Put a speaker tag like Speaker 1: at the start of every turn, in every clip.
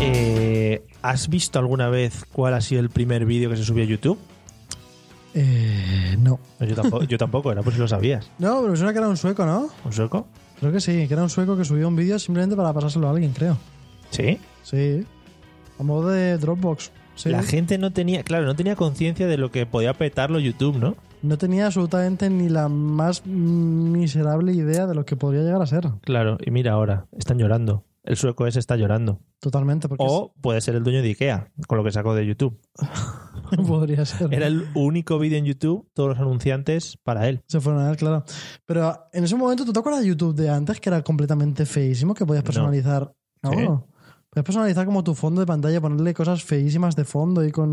Speaker 1: Eh, ¿Has visto alguna vez cuál ha sido el primer vídeo que se subió a YouTube?
Speaker 2: Eh, no.
Speaker 1: No, Yo tampoco, yo tampoco, era por si lo sabías.
Speaker 2: No, pero me suena que era un sueco, ¿no?
Speaker 1: ¿Un sueco?
Speaker 2: Creo que sí, que era un sueco que subió un vídeo simplemente para pasárselo a alguien, creo.
Speaker 1: Sí.
Speaker 2: Sí. A modo de Dropbox. Sí.
Speaker 1: La gente no tenía, claro, no tenía conciencia de lo que podía petarlo YouTube, ¿no?
Speaker 2: No tenía absolutamente ni la más miserable idea de lo que podría llegar a ser.
Speaker 1: Claro, y mira ahora, están llorando. El sueco ese está llorando.
Speaker 2: Totalmente, porque
Speaker 1: O puede ser el dueño de Ikea, con lo que sacó de YouTube.
Speaker 2: sí, podría ser.
Speaker 1: Era el único vídeo en YouTube, todos los anunciantes para él.
Speaker 2: Se fueron a él, claro. Pero en ese momento, ¿tú te acuerdas de YouTube de antes que era completamente feísimo? Que podías personalizar. No.
Speaker 1: Sí.
Speaker 2: Podías personalizar como tu fondo de pantalla, ponerle cosas feísimas de fondo y con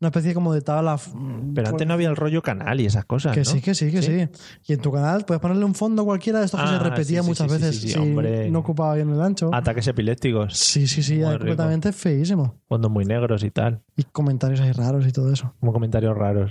Speaker 2: una especie como de tabla. mm, f-
Speaker 1: Pero antes no había el rollo canal y esas cosas.
Speaker 2: Que
Speaker 1: ¿no?
Speaker 2: sí, que sí, que sí. Y en tu canal puedes ponerle un fondo cualquiera de estos que
Speaker 1: Ah,
Speaker 2: se repetía
Speaker 1: sí, sí,
Speaker 2: muchas
Speaker 1: sí, sí,
Speaker 2: veces
Speaker 1: sí, sí,
Speaker 2: si
Speaker 1: hombre.
Speaker 2: no ocupaba bien el ancho.
Speaker 1: Ataques epilépticos,
Speaker 2: sí, sí, sí,
Speaker 1: Muy
Speaker 2: era
Speaker 1: rico.
Speaker 2: completamente feísimo.
Speaker 1: fondos muy negros y tal.
Speaker 2: Y comentarios ahí raros y todo eso.
Speaker 1: Como comentarios raros.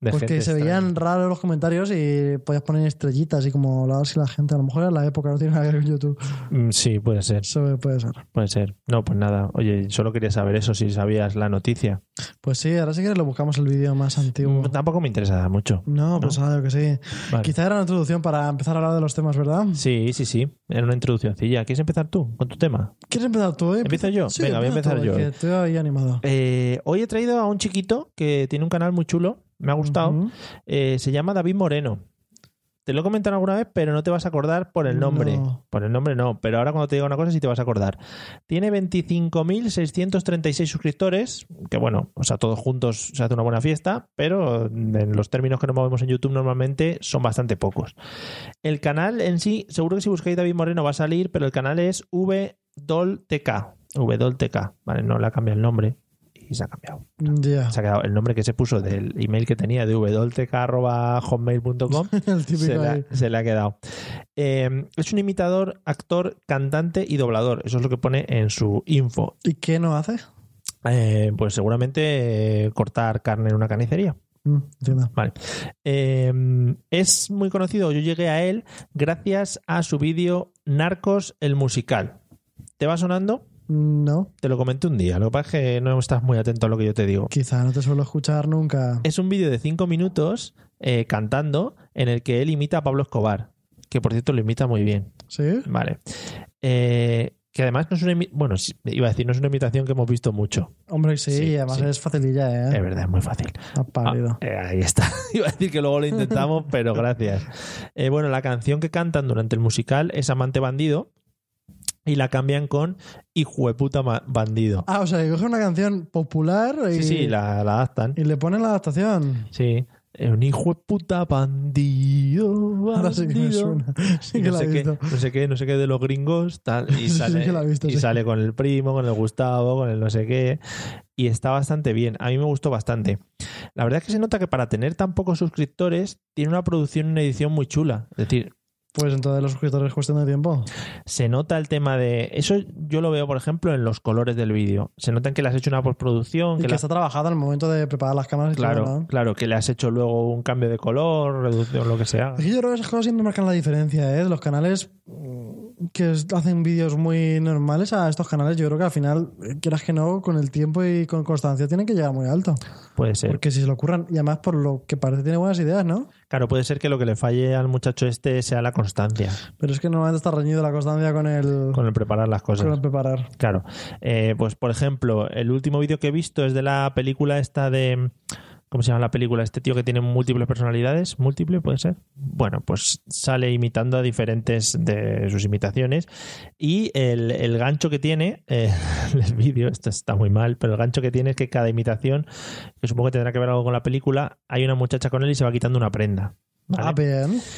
Speaker 1: De
Speaker 2: Porque
Speaker 1: gente
Speaker 2: se
Speaker 1: extraña.
Speaker 2: veían raros los comentarios y podías poner estrellitas y como la si la gente, a lo mejor era la época, no tiene nada que ver con YouTube.
Speaker 1: Mm, Sí, puede ser,
Speaker 2: Eso puede ser.
Speaker 1: puede ser. No, pues nada. Oye, solo quería saber eso, si sabías la noticia.
Speaker 2: Pues sí, ahora sí que lo buscamos el vídeo más antiguo.
Speaker 1: Mm, Tampoco me interesaba mucho.
Speaker 2: No, pues ahora yo que sí.
Speaker 1: Vale.
Speaker 2: Quizá era una introducción para empezar a hablar de los temas, ¿verdad?
Speaker 1: Sí, sí, sí. Era una introduccióncilla. ¿Quieres empezar tú con tu tema?
Speaker 2: ¿Quieres empezar tú? eh?
Speaker 1: ¿Empiezo yo?
Speaker 2: Sí,
Speaker 1: Venga, voy a
Speaker 2: empieza tú,
Speaker 1: empezar yo.
Speaker 2: que Estoy ahí animado.
Speaker 1: Eh, hoy he traído a un chiquito que tiene un canal muy chulo. Me ha gustado.
Speaker 2: Ujú.
Speaker 1: Eh, se llama David Moreno. Te lo he comentado alguna vez, pero no te vas a acordar por el nombre.
Speaker 2: No.
Speaker 1: Por el nombre no, pero ahora cuando te diga una cosa sí te vas a acordar. Tiene 25.636 suscriptores, que bueno, o sea, todos juntos se hace una buena fiesta, pero en los términos que nos movemos en YouTube normalmente son bastante pocos. El canal en sí, seguro que si buscáis David Moreno va a salir, pero el canal es VDolTK. VDolTK, ¿vale? No le ha cambiado el nombre y se ha cambiado
Speaker 2: Ya.
Speaker 1: se ha quedado el nombre que se puso del email que tenía de www.hotmail.com
Speaker 2: El
Speaker 1: se,
Speaker 2: típico
Speaker 1: le
Speaker 2: ahí.
Speaker 1: ha- se le ha quedado. Eh, es un imitador, actor, cantante y doblador. Eso es lo que pone en su info.
Speaker 2: ¿Y qué no hace?
Speaker 1: Eh, pues seguramente eh, cortar carne en una carnicería.
Speaker 2: Mm, Entiendo.
Speaker 1: Vale. Eh, es muy conocido. Yo llegué a él gracias a su vídeo Narcos el musical. ¿Te va sonando?
Speaker 2: No,
Speaker 1: Te lo comenté un día. Lo que pasa es que no estás muy atento a lo que yo te digo.
Speaker 2: quizá no te suelo escuchar nunca.
Speaker 1: es un vídeo de 5 minutos eh, cantando en el que él imita a Pablo Escobar, que por cierto lo imita muy bien.
Speaker 2: ¿Sí?
Speaker 1: Vale. Eh, que además no es una imi- bueno, sí, iba a decir, no es una imitación que hemos visto mucho.
Speaker 2: Hombre, sí,
Speaker 1: Sí,
Speaker 2: y además
Speaker 1: sí.
Speaker 2: es facililla, ¿eh?
Speaker 1: Es verdad, es muy fácil.
Speaker 2: Ha pálido.
Speaker 1: Ah, eh, ahí está. Iba a decir que luego lo intentamos, pero gracias. Eh, bueno, la canción que cantan durante el musical es Amante Bandido y la cambian con Hijo de puta ma- bandido.
Speaker 2: Ah, o sea, que coge una canción popular y,
Speaker 1: Sí, sí, la, la adaptan.
Speaker 2: y le ponen la adaptación.
Speaker 1: Sí. Eh, Un hijo de puta bandido.
Speaker 2: Ahora sí que me
Speaker 1: bandido.
Speaker 2: suena. Sí
Speaker 1: Y
Speaker 2: que
Speaker 1: no,
Speaker 2: la he
Speaker 1: sé qué,
Speaker 2: visto.
Speaker 1: no sé qué, no sé qué de los gringos, tal, y,
Speaker 2: Sí, sí
Speaker 1: sale,
Speaker 2: que la he visto,
Speaker 1: y
Speaker 2: sí.
Speaker 1: sale con el primo, con el Gustavo, con el no sé qué, y está bastante bien. A mí me gustó bastante. La verdad es que se nota que para tener tan pocos suscriptores, tiene una producción y una edición muy chula. Es decir,
Speaker 2: Pues entonces los suscriptores es cuestión de tiempo.
Speaker 1: se nota el tema de. Eso yo lo veo, por ejemplo, en los colores del vídeo. Se nota en que le has hecho una postproducción,
Speaker 2: Y
Speaker 1: que
Speaker 2: que
Speaker 1: le has-
Speaker 2: está trabajada al momento de preparar las cámaras y
Speaker 1: Claro,
Speaker 2: todo, ¿no?
Speaker 1: claro, que le has hecho luego un cambio de color, reducción, lo que sea.
Speaker 2: Es que yo creo que esas cosas siempre marcan la diferencia, ¿eh? De Los canales mm, que es- hacen vídeos muy normales a estos canales, yo creo que al final, eh, quieras que no, con el tiempo y con constancia tienen que llegar muy alto.
Speaker 1: Puede ser.
Speaker 2: Porque si se lo ocurran, y además por lo que parece tiene buenas ideas, ¿no?
Speaker 1: Claro, puede ser que lo que le falle al muchacho este sea la constancia.
Speaker 2: Pero es que normalmente está reñido la constancia con el,
Speaker 1: con el preparar las cosas.
Speaker 2: con el preparar.
Speaker 1: Claro. Eh, pues por ejemplo, el último vídeo que he visto es de la película esta de ¿Cómo se llama la película? Este tío que tiene múltiples personalidades. ¿Múltiple puede ser? Bueno, pues sale imitando a diferentes de sus imitaciones. Y el, el gancho que tiene, eh, el vídeo, esto está muy mal, pero el gancho que tiene es que cada imitación, que supongo que tendrá que ver algo con la película, hay una muchacha con él y se va quitando una prenda. ¿vale?
Speaker 2: Ah, bien.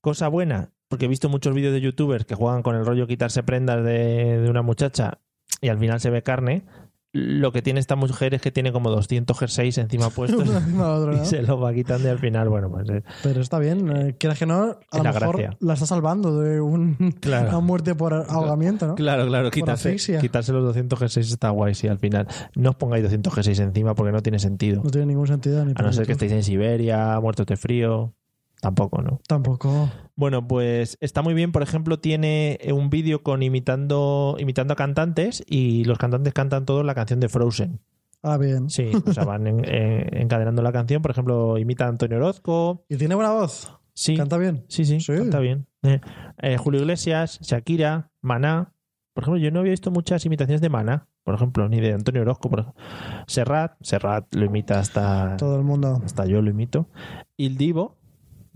Speaker 1: Cosa buena, porque he visto muchos vídeos de youtubers que juegan con el rollo quitarse prendas de, de una muchacha y al final se ve carne. Lo que tiene esta mujer es que tiene como 200 jerseys encima puestos
Speaker 2: Una encima de la otra,
Speaker 1: y
Speaker 2: ¿no?
Speaker 1: se los va quitando y al final, bueno, pues eh,
Speaker 2: Pero está bien, eh, quieras que no, a
Speaker 1: Es
Speaker 2: lo
Speaker 1: la
Speaker 2: mejor
Speaker 1: gracia.
Speaker 2: la está salvando de un,
Speaker 1: Claro.
Speaker 2: una muerte por ahogamiento, ¿no?
Speaker 1: Claro, claro, quitarse,
Speaker 2: asfixia.
Speaker 1: quitarse los 200 G6 está guay, sí, al final. No os pongáis 200 G6 encima porque no tiene sentido.
Speaker 2: No tiene ningún sentido ni
Speaker 1: A no ser que
Speaker 2: plenitud.
Speaker 1: estéis en Siberia, muertos de frío. Tampoco, ¿no?
Speaker 2: Tampoco.
Speaker 1: Bueno, pues está muy bien. Por ejemplo, tiene eh, un vídeo con imitando, imitando a cantantes y los cantantes cantan todos la canción de Frozen.
Speaker 2: Ah, bien.
Speaker 1: Sí, o sea, van en- en- encadenando la canción. Por ejemplo, imita a Antonio Orozco.
Speaker 2: ¿Y tiene buena voz?
Speaker 1: Sí,
Speaker 2: ¿Canta bien?
Speaker 1: sí, sí,
Speaker 2: Sí.
Speaker 1: canta bien. Eh, eh, Julio Iglesias, Shakira, Maná. Por ejemplo, yo no había visto muchas imitaciones de Maná, por ejemplo, ni de Antonio Orozco. Por ejemplo. Serrat, Serrat lo imita hasta,
Speaker 2: Todo el mundo.
Speaker 1: hasta yo lo imito. Il Divo,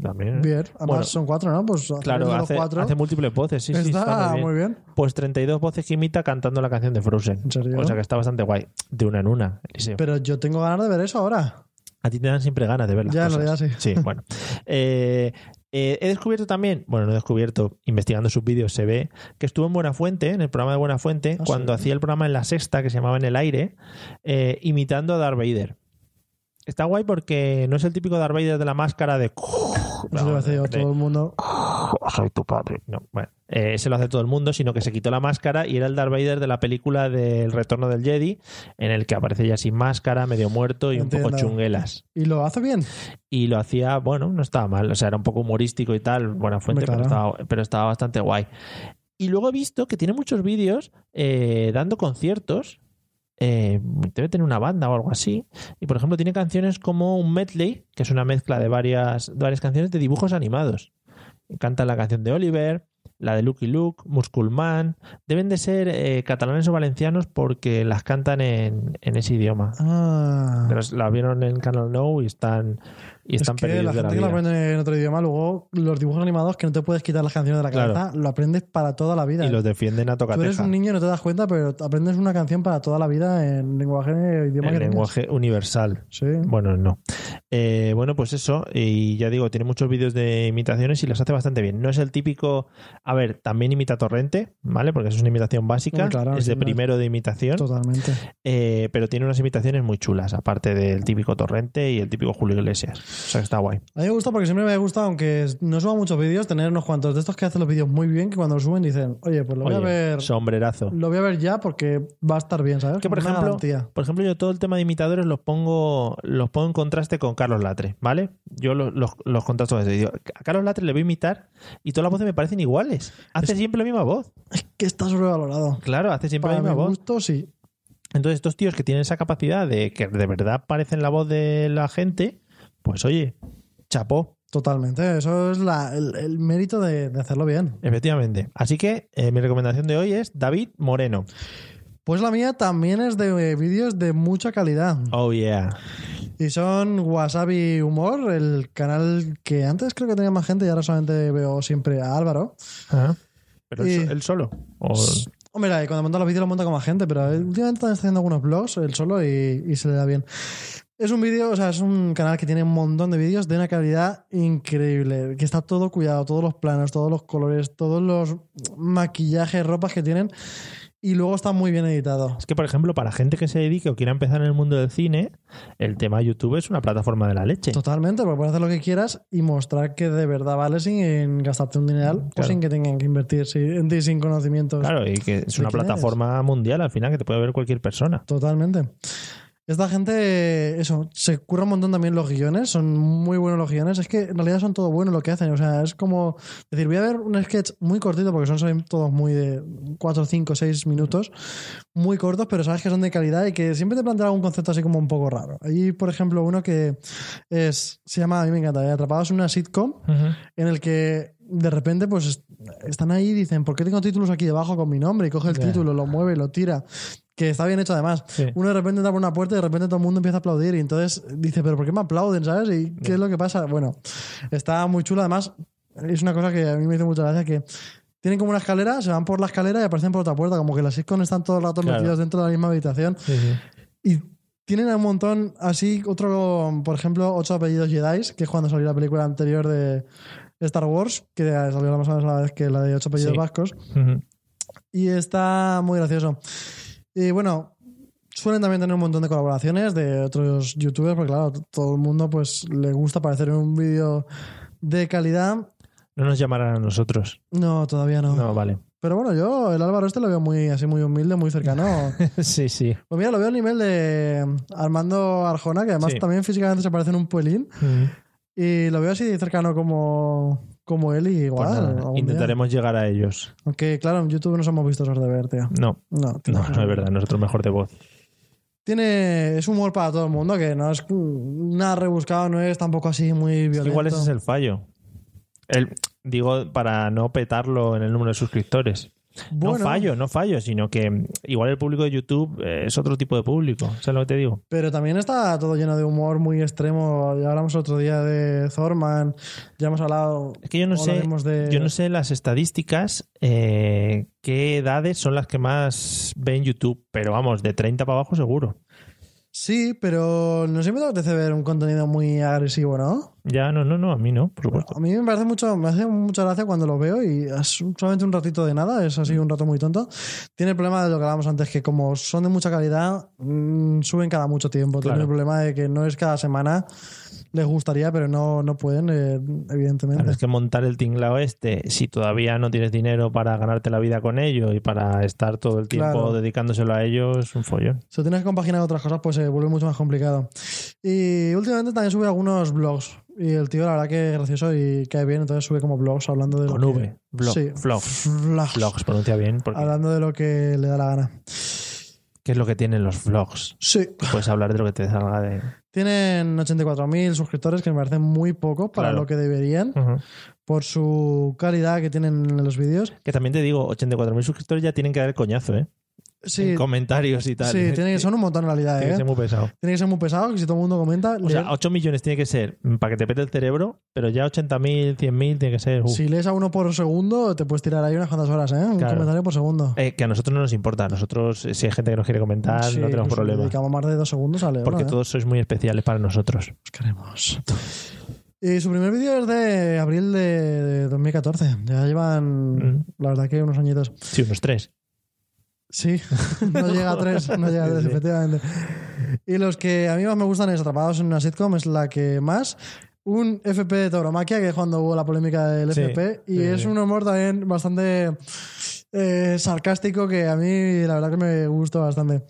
Speaker 1: también.
Speaker 2: Bien. Además
Speaker 1: Eh, Bueno,
Speaker 2: son cuatro, ¿no? Pues a través
Speaker 1: Claro,
Speaker 2: de los
Speaker 1: hace,
Speaker 2: cuatro
Speaker 1: hace múltiples voces, sí, sí,
Speaker 2: está,
Speaker 1: está muy bien.
Speaker 2: muy bien.
Speaker 1: Pues 32 voces que imita cantando la canción de Frozen.
Speaker 2: ¿En serio?
Speaker 1: Pues, O sea que está bastante guay. De una en una, Eliseo.
Speaker 2: Pero yo tengo ganas de ver eso ahora.
Speaker 1: A ti te dan siempre ganas de ver las
Speaker 2: Ya, en
Speaker 1: cosas.
Speaker 2: realidad sí.
Speaker 1: bueno. Eh, eh, he descubierto también, bueno, no he descubierto, investigando sus vídeos se ve, que estuvo en Buenafuente, en el programa de Buenafuente,
Speaker 2: Ah,
Speaker 1: cuando
Speaker 2: sí.
Speaker 1: hacía el programa en La Sexta, que se llamaba En el Aire, eh, imitando a Darth Vader. Está guay porque no es el típico Darth Vader de la máscara de...
Speaker 2: Eso lo hace yo,
Speaker 1: de-
Speaker 2: todo el mundo.
Speaker 1: soy tu padre. No, bueno, eh, se lo hace todo el mundo, sino que se quitó la máscara y era el Darth Vader de la película del Retorno del Jedi, en el que aparece ya sin máscara, medio muerto y un poco
Speaker 2: Entiendo.
Speaker 1: chunguelas.
Speaker 2: Y lo hace bien.
Speaker 1: Y lo hacía, bueno, no estaba mal, o sea, era un poco humorístico y tal, buena fuente,
Speaker 2: Hombre,
Speaker 1: pero,
Speaker 2: claro.
Speaker 1: estaba, pero estaba bastante guay. Y luego he visto que tiene muchos vídeos eh, dando conciertos. eh, debe tener una banda o algo así. Y por ejemplo, tiene canciones como un medley, que es una mezcla de varias, de varias canciones de dibujos animados. Canta la canción de Oliver, la de Lucky Luke, Musculman. Deben de ser eh, catalanes o valencianos porque las cantan en, en ese idioma.
Speaker 2: Ah.
Speaker 1: Pero la vieron en Canal Now y están, y están
Speaker 2: es que
Speaker 1: perdidos
Speaker 2: la
Speaker 1: de
Speaker 2: gente
Speaker 1: la
Speaker 2: que lo
Speaker 1: vida.
Speaker 2: aprende en otro idioma, luego los dibujos animados que no te puedes quitar las canciones de la
Speaker 1: Claro.
Speaker 2: cabeza, lo aprendes para toda la vida.
Speaker 1: y los defienden a
Speaker 2: Tú eres
Speaker 1: tocateja.
Speaker 2: un niño y no te das cuenta, pero aprendes una canción para toda la vida en lenguaje, idioma
Speaker 1: El
Speaker 2: que tengas.
Speaker 1: lenguaje universal.
Speaker 2: Sí.
Speaker 1: Bueno, no. Eh, bueno, pues eso. Y ya digo, tiene muchos vídeos de imitaciones y las hace bastante bien. No es el típico. A ver, también imita Torrente, ¿vale? Porque es una imitación básica.
Speaker 2: Muy claro,
Speaker 1: es de
Speaker 2: sí,
Speaker 1: primero de imitación.
Speaker 2: Totalmente.
Speaker 1: Eh, pero tiene unas imitaciones muy chulas, aparte del típico Torrente y el típico Julio Iglesias. O sea que está guay.
Speaker 2: A mí me gusta porque siempre me gusta, aunque no suba muchos vídeos, tener unos cuantos de estos que hacen los vídeos muy bien, que cuando los suben dicen, oye, pues lo voy
Speaker 1: Oye,
Speaker 2: a ver.
Speaker 1: Sombrerazo.
Speaker 2: Lo voy a ver ya porque va a estar bien, ¿sabes?
Speaker 1: que por
Speaker 2: Una
Speaker 1: ejemplo,
Speaker 2: garantía.
Speaker 1: por ejemplo, yo todo el tema de imitadores los pongo, los pongo en contraste con Carlos Latre, ¿vale? Yo los, los, los contrasto con ese. Digo, a Carlos Latre le voy a imitar y todas las voces me parecen iguales. Hace siempre la misma voz.
Speaker 2: Que está sobrevalorado.
Speaker 1: Claro, hace siempre la
Speaker 2: Para mi
Speaker 1: misma voz.
Speaker 2: gusto, sí.
Speaker 1: Entonces, estos tíos que tienen esa capacidad de que de verdad parecen la voz de la gente, pues oye, chapó.
Speaker 2: Totalmente. Eso es la- el, el mérito de, de hacerlo bien.
Speaker 1: Efectivamente. Así que eh, mi recomendación de hoy es David Moreno.
Speaker 2: Pues la mía también es de eh, vídeos de mucha calidad.
Speaker 1: Oh, yeah.
Speaker 2: Y son Wasabi Humor, el canal que antes creo que tenía más gente y ahora solamente veo siempre a Álvaro.
Speaker 1: Ah, Pero él,
Speaker 2: Y-
Speaker 1: so- él solo. O-
Speaker 2: Hombre, eh, cuando monta los vídeos los monta con más gente, pero él últimamente también está haciendo algunos blogs él solo y, y se le da bien. Es un vídeo, o sea, es un canal que tiene un montón de vídeos de una calidad increíble, que está todo cuidado, todos los planos, todos los colores, todos los maquillajes, ropas que tienen y luego está muy bien editado.
Speaker 1: Es que, por ejemplo, para gente que se dedique o quiera empezar en el mundo del cine, el tema YouTube es una plataforma de la leche.
Speaker 2: Totalmente, porque puedes hacer lo que quieras y mostrar que de verdad vale sin gastarte un dineral o
Speaker 1: Claro.
Speaker 2: sin que tengan que invertir si- en ti sin conocimientos.
Speaker 1: Claro, y que es
Speaker 2: ¿De
Speaker 1: una
Speaker 2: quién
Speaker 1: plataforma mundial al final que te puede ver cualquier persona.
Speaker 2: Totalmente. Esta gente, eso, se curra un montón también los guiones, son muy buenos los guiones. Es que en realidad son todo bueno lo que hacen. O sea, es como decir, voy a ver un sketch muy cortito, porque son- son todos muy de 4, 5, 6 minutos, muy cortos, pero sabes que son de calidad y que siempre te plantean algún concepto así como un poco raro. Ahí, por ejemplo, uno que es, se llama, a mí me encanta, ¿eh? Atrapados en una sitcom, en el que de repente pues est- están ahí y dicen, ¿por qué tengo títulos aquí debajo con mi nombre? Y coge el
Speaker 1: Ya.
Speaker 2: título, lo mueve, lo tira. que está bien hecho además.
Speaker 1: Sí.
Speaker 2: Uno de repente entra por una puerta y de repente todo el mundo empieza a aplaudir y entonces dice, pero ¿por qué me aplauden? ¿Sabes? ¿Y qué es lo que pasa? Bueno, está muy chulo además. Es una cosa que a mí me hizo mucha gracia que tienen como una escalera, se van por la escalera y aparecen por otra puerta, como que las sitcom están todo el rato
Speaker 1: Claro.
Speaker 2: metidas dentro de la misma habitación.
Speaker 1: Sí, sí.
Speaker 2: Y tienen un montón así, otro, por ejemplo, ocho apellidos Jedi, que es cuando salió la película anterior de Star Wars, que salió la misma vez que la de ocho apellidos
Speaker 1: Sí.
Speaker 2: vascos.
Speaker 1: Ujú.
Speaker 2: Y está muy gracioso. Y bueno, suelen también tener un montón de colaboraciones de otros youtubers, porque claro, todo el mundo pues le gusta aparecer en un vídeo de calidad.
Speaker 1: No nos llamarán a nosotros.
Speaker 2: No, todavía no.
Speaker 1: No, vale.
Speaker 2: Pero bueno, yo el Álvaro este lo veo muy así muy humilde, muy cercano.
Speaker 1: sí, sí.
Speaker 2: pues mira, lo veo al nivel de em, Armando Arjona, que además
Speaker 1: Sí.
Speaker 2: también físicamente se parece en un puelín.
Speaker 1: Mm.
Speaker 2: Y lo veo así cercano como, como él y
Speaker 1: Pues
Speaker 2: igual.
Speaker 1: nada,
Speaker 2: algún día.
Speaker 1: intentaremos llegar a ellos.
Speaker 2: Aunque claro, en YouTube nos hemos visto esos de ver, tío.
Speaker 1: No,
Speaker 2: No, tío,
Speaker 1: no, no es verdad. Nosotros mejor de voz.
Speaker 2: Tiene, es humor para todo el mundo, que no es nada rebuscado, no es tampoco así muy
Speaker 1: Es que
Speaker 2: violento.
Speaker 1: Igual ese es el fallo. El, digo, para no petarlo en el número de suscriptores.
Speaker 2: Bueno,
Speaker 1: No fallo, no fallo, sino que igual el público de YouTube eh, es otro tipo de público. ¿Sabes lo que te digo?
Speaker 2: Pero también está todo lleno de humor muy extremo. Ya hablamos otro día de Thorman, ya hemos hablado...
Speaker 1: Es que yo no sé.
Speaker 2: hablaremos de-
Speaker 1: Yo no sé las estadísticas, eh, qué edades son las que más ven YouTube, pero vamos, de 30 para abajo seguro.
Speaker 2: Sí, pero no siempre te apetece ver un contenido muy agresivo, ¿no?
Speaker 1: Ya, no, no, no, a mí no, por supuesto.
Speaker 2: A mí me parece mucho, me hace mucha gracia cuando lo veo y es solamente un ratito de nada, es
Speaker 1: Mm.
Speaker 2: así un rato muy tonto. Tiene el problema de lo que hablábamos antes, que como son de mucha calidad, mm, suben cada mucho tiempo. Tiene
Speaker 1: Claro.
Speaker 2: el problema de que no es cada semana, les gustaría, pero no, no pueden, eh, evidentemente.
Speaker 1: Claro, es que montar el tinglao este, si todavía no tienes dinero para ganarte la vida con ello y para estar todo el tiempo
Speaker 2: Claro.
Speaker 1: dedicándoselo a ellos, es un follón.
Speaker 2: Si lo tienes que compaginar con otras cosas, pues se vuelve mucho más complicado. Y últimamente también sube algunos blogs. Y el tío, la verdad que es gracioso y cae bien, entonces sube como blogs hablando de... lo
Speaker 1: Con
Speaker 2: que-
Speaker 1: V, blog,
Speaker 2: Sí.
Speaker 1: vlogs.
Speaker 2: Vlogs.
Speaker 1: Vlogs, pronuncia bien, porque
Speaker 2: Hablando de lo que le da la gana.
Speaker 1: ¿qué es lo que tienen los vlogs?
Speaker 2: Sí.
Speaker 1: Puedes hablar de lo que te salga de...
Speaker 2: Tienen 84.000 suscriptores, que me parecen muy poco para
Speaker 1: Claro.
Speaker 2: lo que deberían, por su calidad que tienen en los vídeos.
Speaker 1: Que también te digo, 84.000 suscriptores ya tienen que dar el coñazo, ¿eh?
Speaker 2: Sí,
Speaker 1: En comentarios y tal.
Speaker 2: sí tiene que, son un montón en realidad.
Speaker 1: Tiene que
Speaker 2: ¿eh?
Speaker 1: ser muy pesado.
Speaker 2: Tiene que ser muy pesado, que si todo el mundo comenta,
Speaker 1: O
Speaker 2: leer-
Speaker 1: sea, 8 millones tiene que ser mm, para que te pete el cerebro, pero ya 80.000, 100.000 tiene que ser... uf.
Speaker 2: si lees a uno por segundo, te puedes tirar ahí unas cuantas horas, ¿eh? Un
Speaker 1: uh. Claro.
Speaker 2: comentario por segundo.
Speaker 1: Eh, que a nosotros no nos importa. Nosotros, eh, si hay gente que nos quiere comentar,
Speaker 2: Sí,
Speaker 1: no tenemos
Speaker 2: incluso
Speaker 1: problema.
Speaker 2: Dedicamos más de dos segundos a leer.
Speaker 1: Porque todos sois muy especiales para nosotros.
Speaker 2: queremos. Y su primer vídeo es de abril de, de 2014. Ya llevan,
Speaker 1: Mm.
Speaker 2: la verdad, que unos añitos.
Speaker 1: Sí, unos tres.
Speaker 2: Sí, no llega a tres, no llega a tres,
Speaker 1: Sí, sí.
Speaker 2: efectivamente. Y los que a mí más me gustan es Atrapados en una sitcom, es la que más. Un FP de tauromaquia, que es cuando hubo la polémica del
Speaker 1: Sí,
Speaker 2: FP, y
Speaker 1: sí,
Speaker 2: es
Speaker 1: sí.
Speaker 2: un humor también bastante eh, sarcástico que a mí la verdad que me gustó bastante.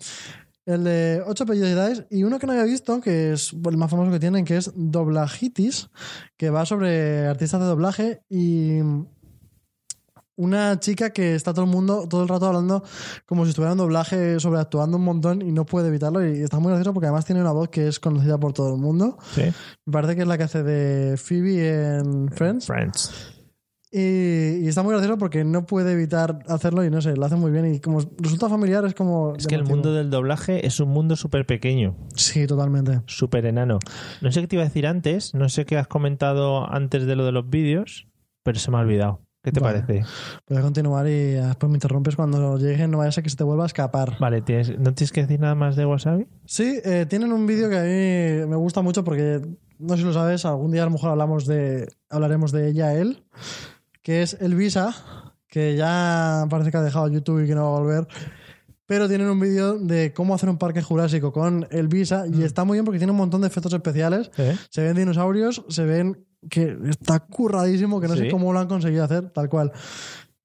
Speaker 2: El de ocho apellidos Jedi y uno que no había visto, que es el más famoso que tienen, que es Doblajitis, que va sobre artistas de doblaje y una chica que está todo el mundo todo el rato hablando como si estuviera en doblaje sobreactuando un montón y no puede evitarlo y está muy gracioso porque además tiene una voz que es conocida por todo el mundo
Speaker 1: Sí.
Speaker 2: me parece que es la que hace de Phoebe en Friends
Speaker 1: Friends.
Speaker 2: y, y está muy gracioso porque no puede evitar hacerlo y no sé lo hace muy bien y como resulta familiar es como
Speaker 1: Es que el
Speaker 2: llamativo.
Speaker 1: mundo del doblaje es un mundo súper pequeño,
Speaker 2: sí totalmente
Speaker 1: súper enano. No sé qué te iba a decir antes, no sé qué has comentado antes de lo de los vídeos, pero se me ha olvidado. ¿Qué te
Speaker 2: Vale.
Speaker 1: parece?
Speaker 2: voy a continuar y ah, después me interrumpes cuando llegue no vaya a ser que se te vuelva a escapar
Speaker 1: Vale, ¿tienes- ¿no tienes que decir nada más de Wasabi?
Speaker 2: Sí, eh, tienen un vídeo que a mí me gusta mucho porque, no sé si lo sabes, algún día a lo mejor hablamos de, hablaremos de ella, él, que es Elvisa, que ya parece que ha dejado YouTube y que no va a volver. Pero tienen un vídeo de cómo hacer un parque jurásico con Elvisa y está muy bien porque tiene un montón de efectos especiales.
Speaker 1: ¿Eh?
Speaker 2: Se ven dinosaurios, se ven que está curradísimo, que no sé
Speaker 1: Sí.
Speaker 2: cómo lo han conseguido hacer, tal cual.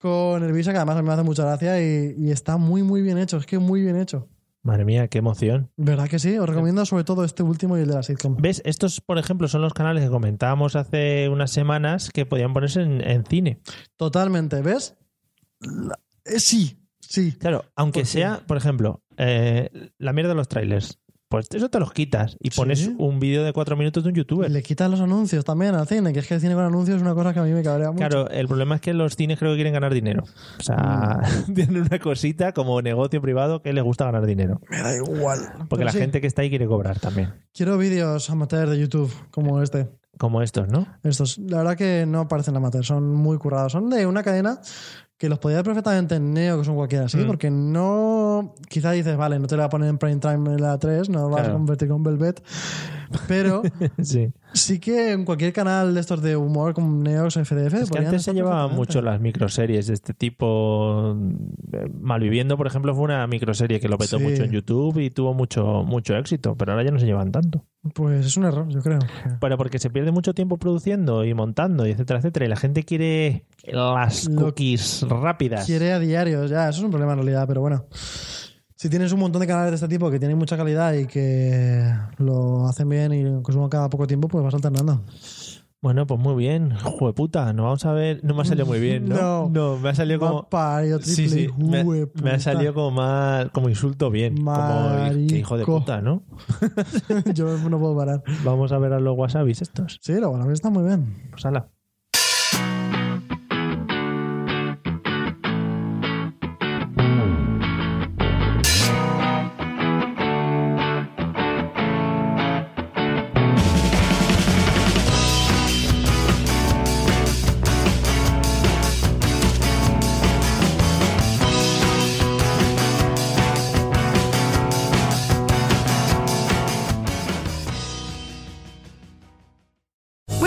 Speaker 2: Con Elvisa, que además a mí me hace mucha gracia y, y está muy, muy bien hecho. Es que muy bien hecho.
Speaker 1: Madre mía, qué emoción.
Speaker 2: ¿Verdad que sí? Os recomiendo sobre todo este último y el de la sitcom.
Speaker 1: ¿Ves? Estos, por ejemplo, son los canales que comentábamos hace unas semanas que podían ponerse en, en cine.
Speaker 2: Totalmente, ¿ves? La- eh, sí, sí.
Speaker 1: Claro, aunque
Speaker 2: Pues sí.
Speaker 1: sea, por ejemplo, eh, la mierda de los trailers. Pues eso te los quitas y pones
Speaker 2: Sí.
Speaker 1: un vídeo de cuatro minutos de un youtuber.
Speaker 2: Le quitan los anuncios también al cine, que es que el cine con anuncios es una cosa que a mí me cabrea mucho.
Speaker 1: Claro, el problema es que los cines creo que quieren ganar dinero. O sea,
Speaker 2: Mm.
Speaker 1: tienen una cosita como negocio privado que les gusta ganar dinero.
Speaker 2: Me da igual.
Speaker 1: Porque
Speaker 2: Pero
Speaker 1: la
Speaker 2: Pues sí,
Speaker 1: gente que está ahí quiere cobrar también.
Speaker 2: Quiero vídeos amateur de YouTube como este.
Speaker 1: Como estos, ¿no?
Speaker 2: Estos, la verdad que no parecen amateur, son muy currados. Son de una cadena que los podía ver perfectamente en Neo, que son cualquiera, ¿sí?
Speaker 1: Mm.
Speaker 2: Porque no. Quizá dices, vale, no te la voy a poner en prime time en la 3, no vas
Speaker 1: Claro.
Speaker 2: a convertir con Velvet. Pero
Speaker 1: Sí.
Speaker 2: sí que en cualquier canal de estos de humor, como Neox, FDF.
Speaker 1: Es que
Speaker 2: podrían
Speaker 1: antes se
Speaker 2: estar
Speaker 1: llevaban
Speaker 2: perfectamente.
Speaker 1: mucho las microseries de este tipo. Eh, Malviviendo, por ejemplo, fue una microserie que lo petó
Speaker 2: Sí.
Speaker 1: mucho en YouTube y tuvo mucho, mucho éxito, pero ahora ya no se llevan tanto.
Speaker 2: Pues es un error, yo creo.
Speaker 1: Pero porque se pierde mucho tiempo produciendo y montando, y etcétera, etcétera, y la gente quiere las
Speaker 2: Lo-
Speaker 1: cookies rápidas.
Speaker 2: Quiere a diario, ya, eso es un problema en realidad, pero bueno. Si tienes un montón de canales de este tipo que tienen mucha calidad y que lo hacen bien y lo consumen cada poco tiempo, pues vas alternando.
Speaker 1: Bueno, pues muy bien. Jueputa, no vamos a ver. No me ha salido muy bien, ¿no?
Speaker 2: No.
Speaker 1: me ha salido como.
Speaker 2: Mario triple, eh,
Speaker 1: Sí, sí. Me,
Speaker 2: hueputa.
Speaker 1: me ha salido como más. Como insulto bien. Como "Qué hijo de
Speaker 2: Marico.
Speaker 1: puta, ¿no?
Speaker 2: Yo no puedo parar.
Speaker 1: Vamos a ver a los wasabis estos.
Speaker 2: Sí, la verdad está muy bien.
Speaker 1: Pues ala.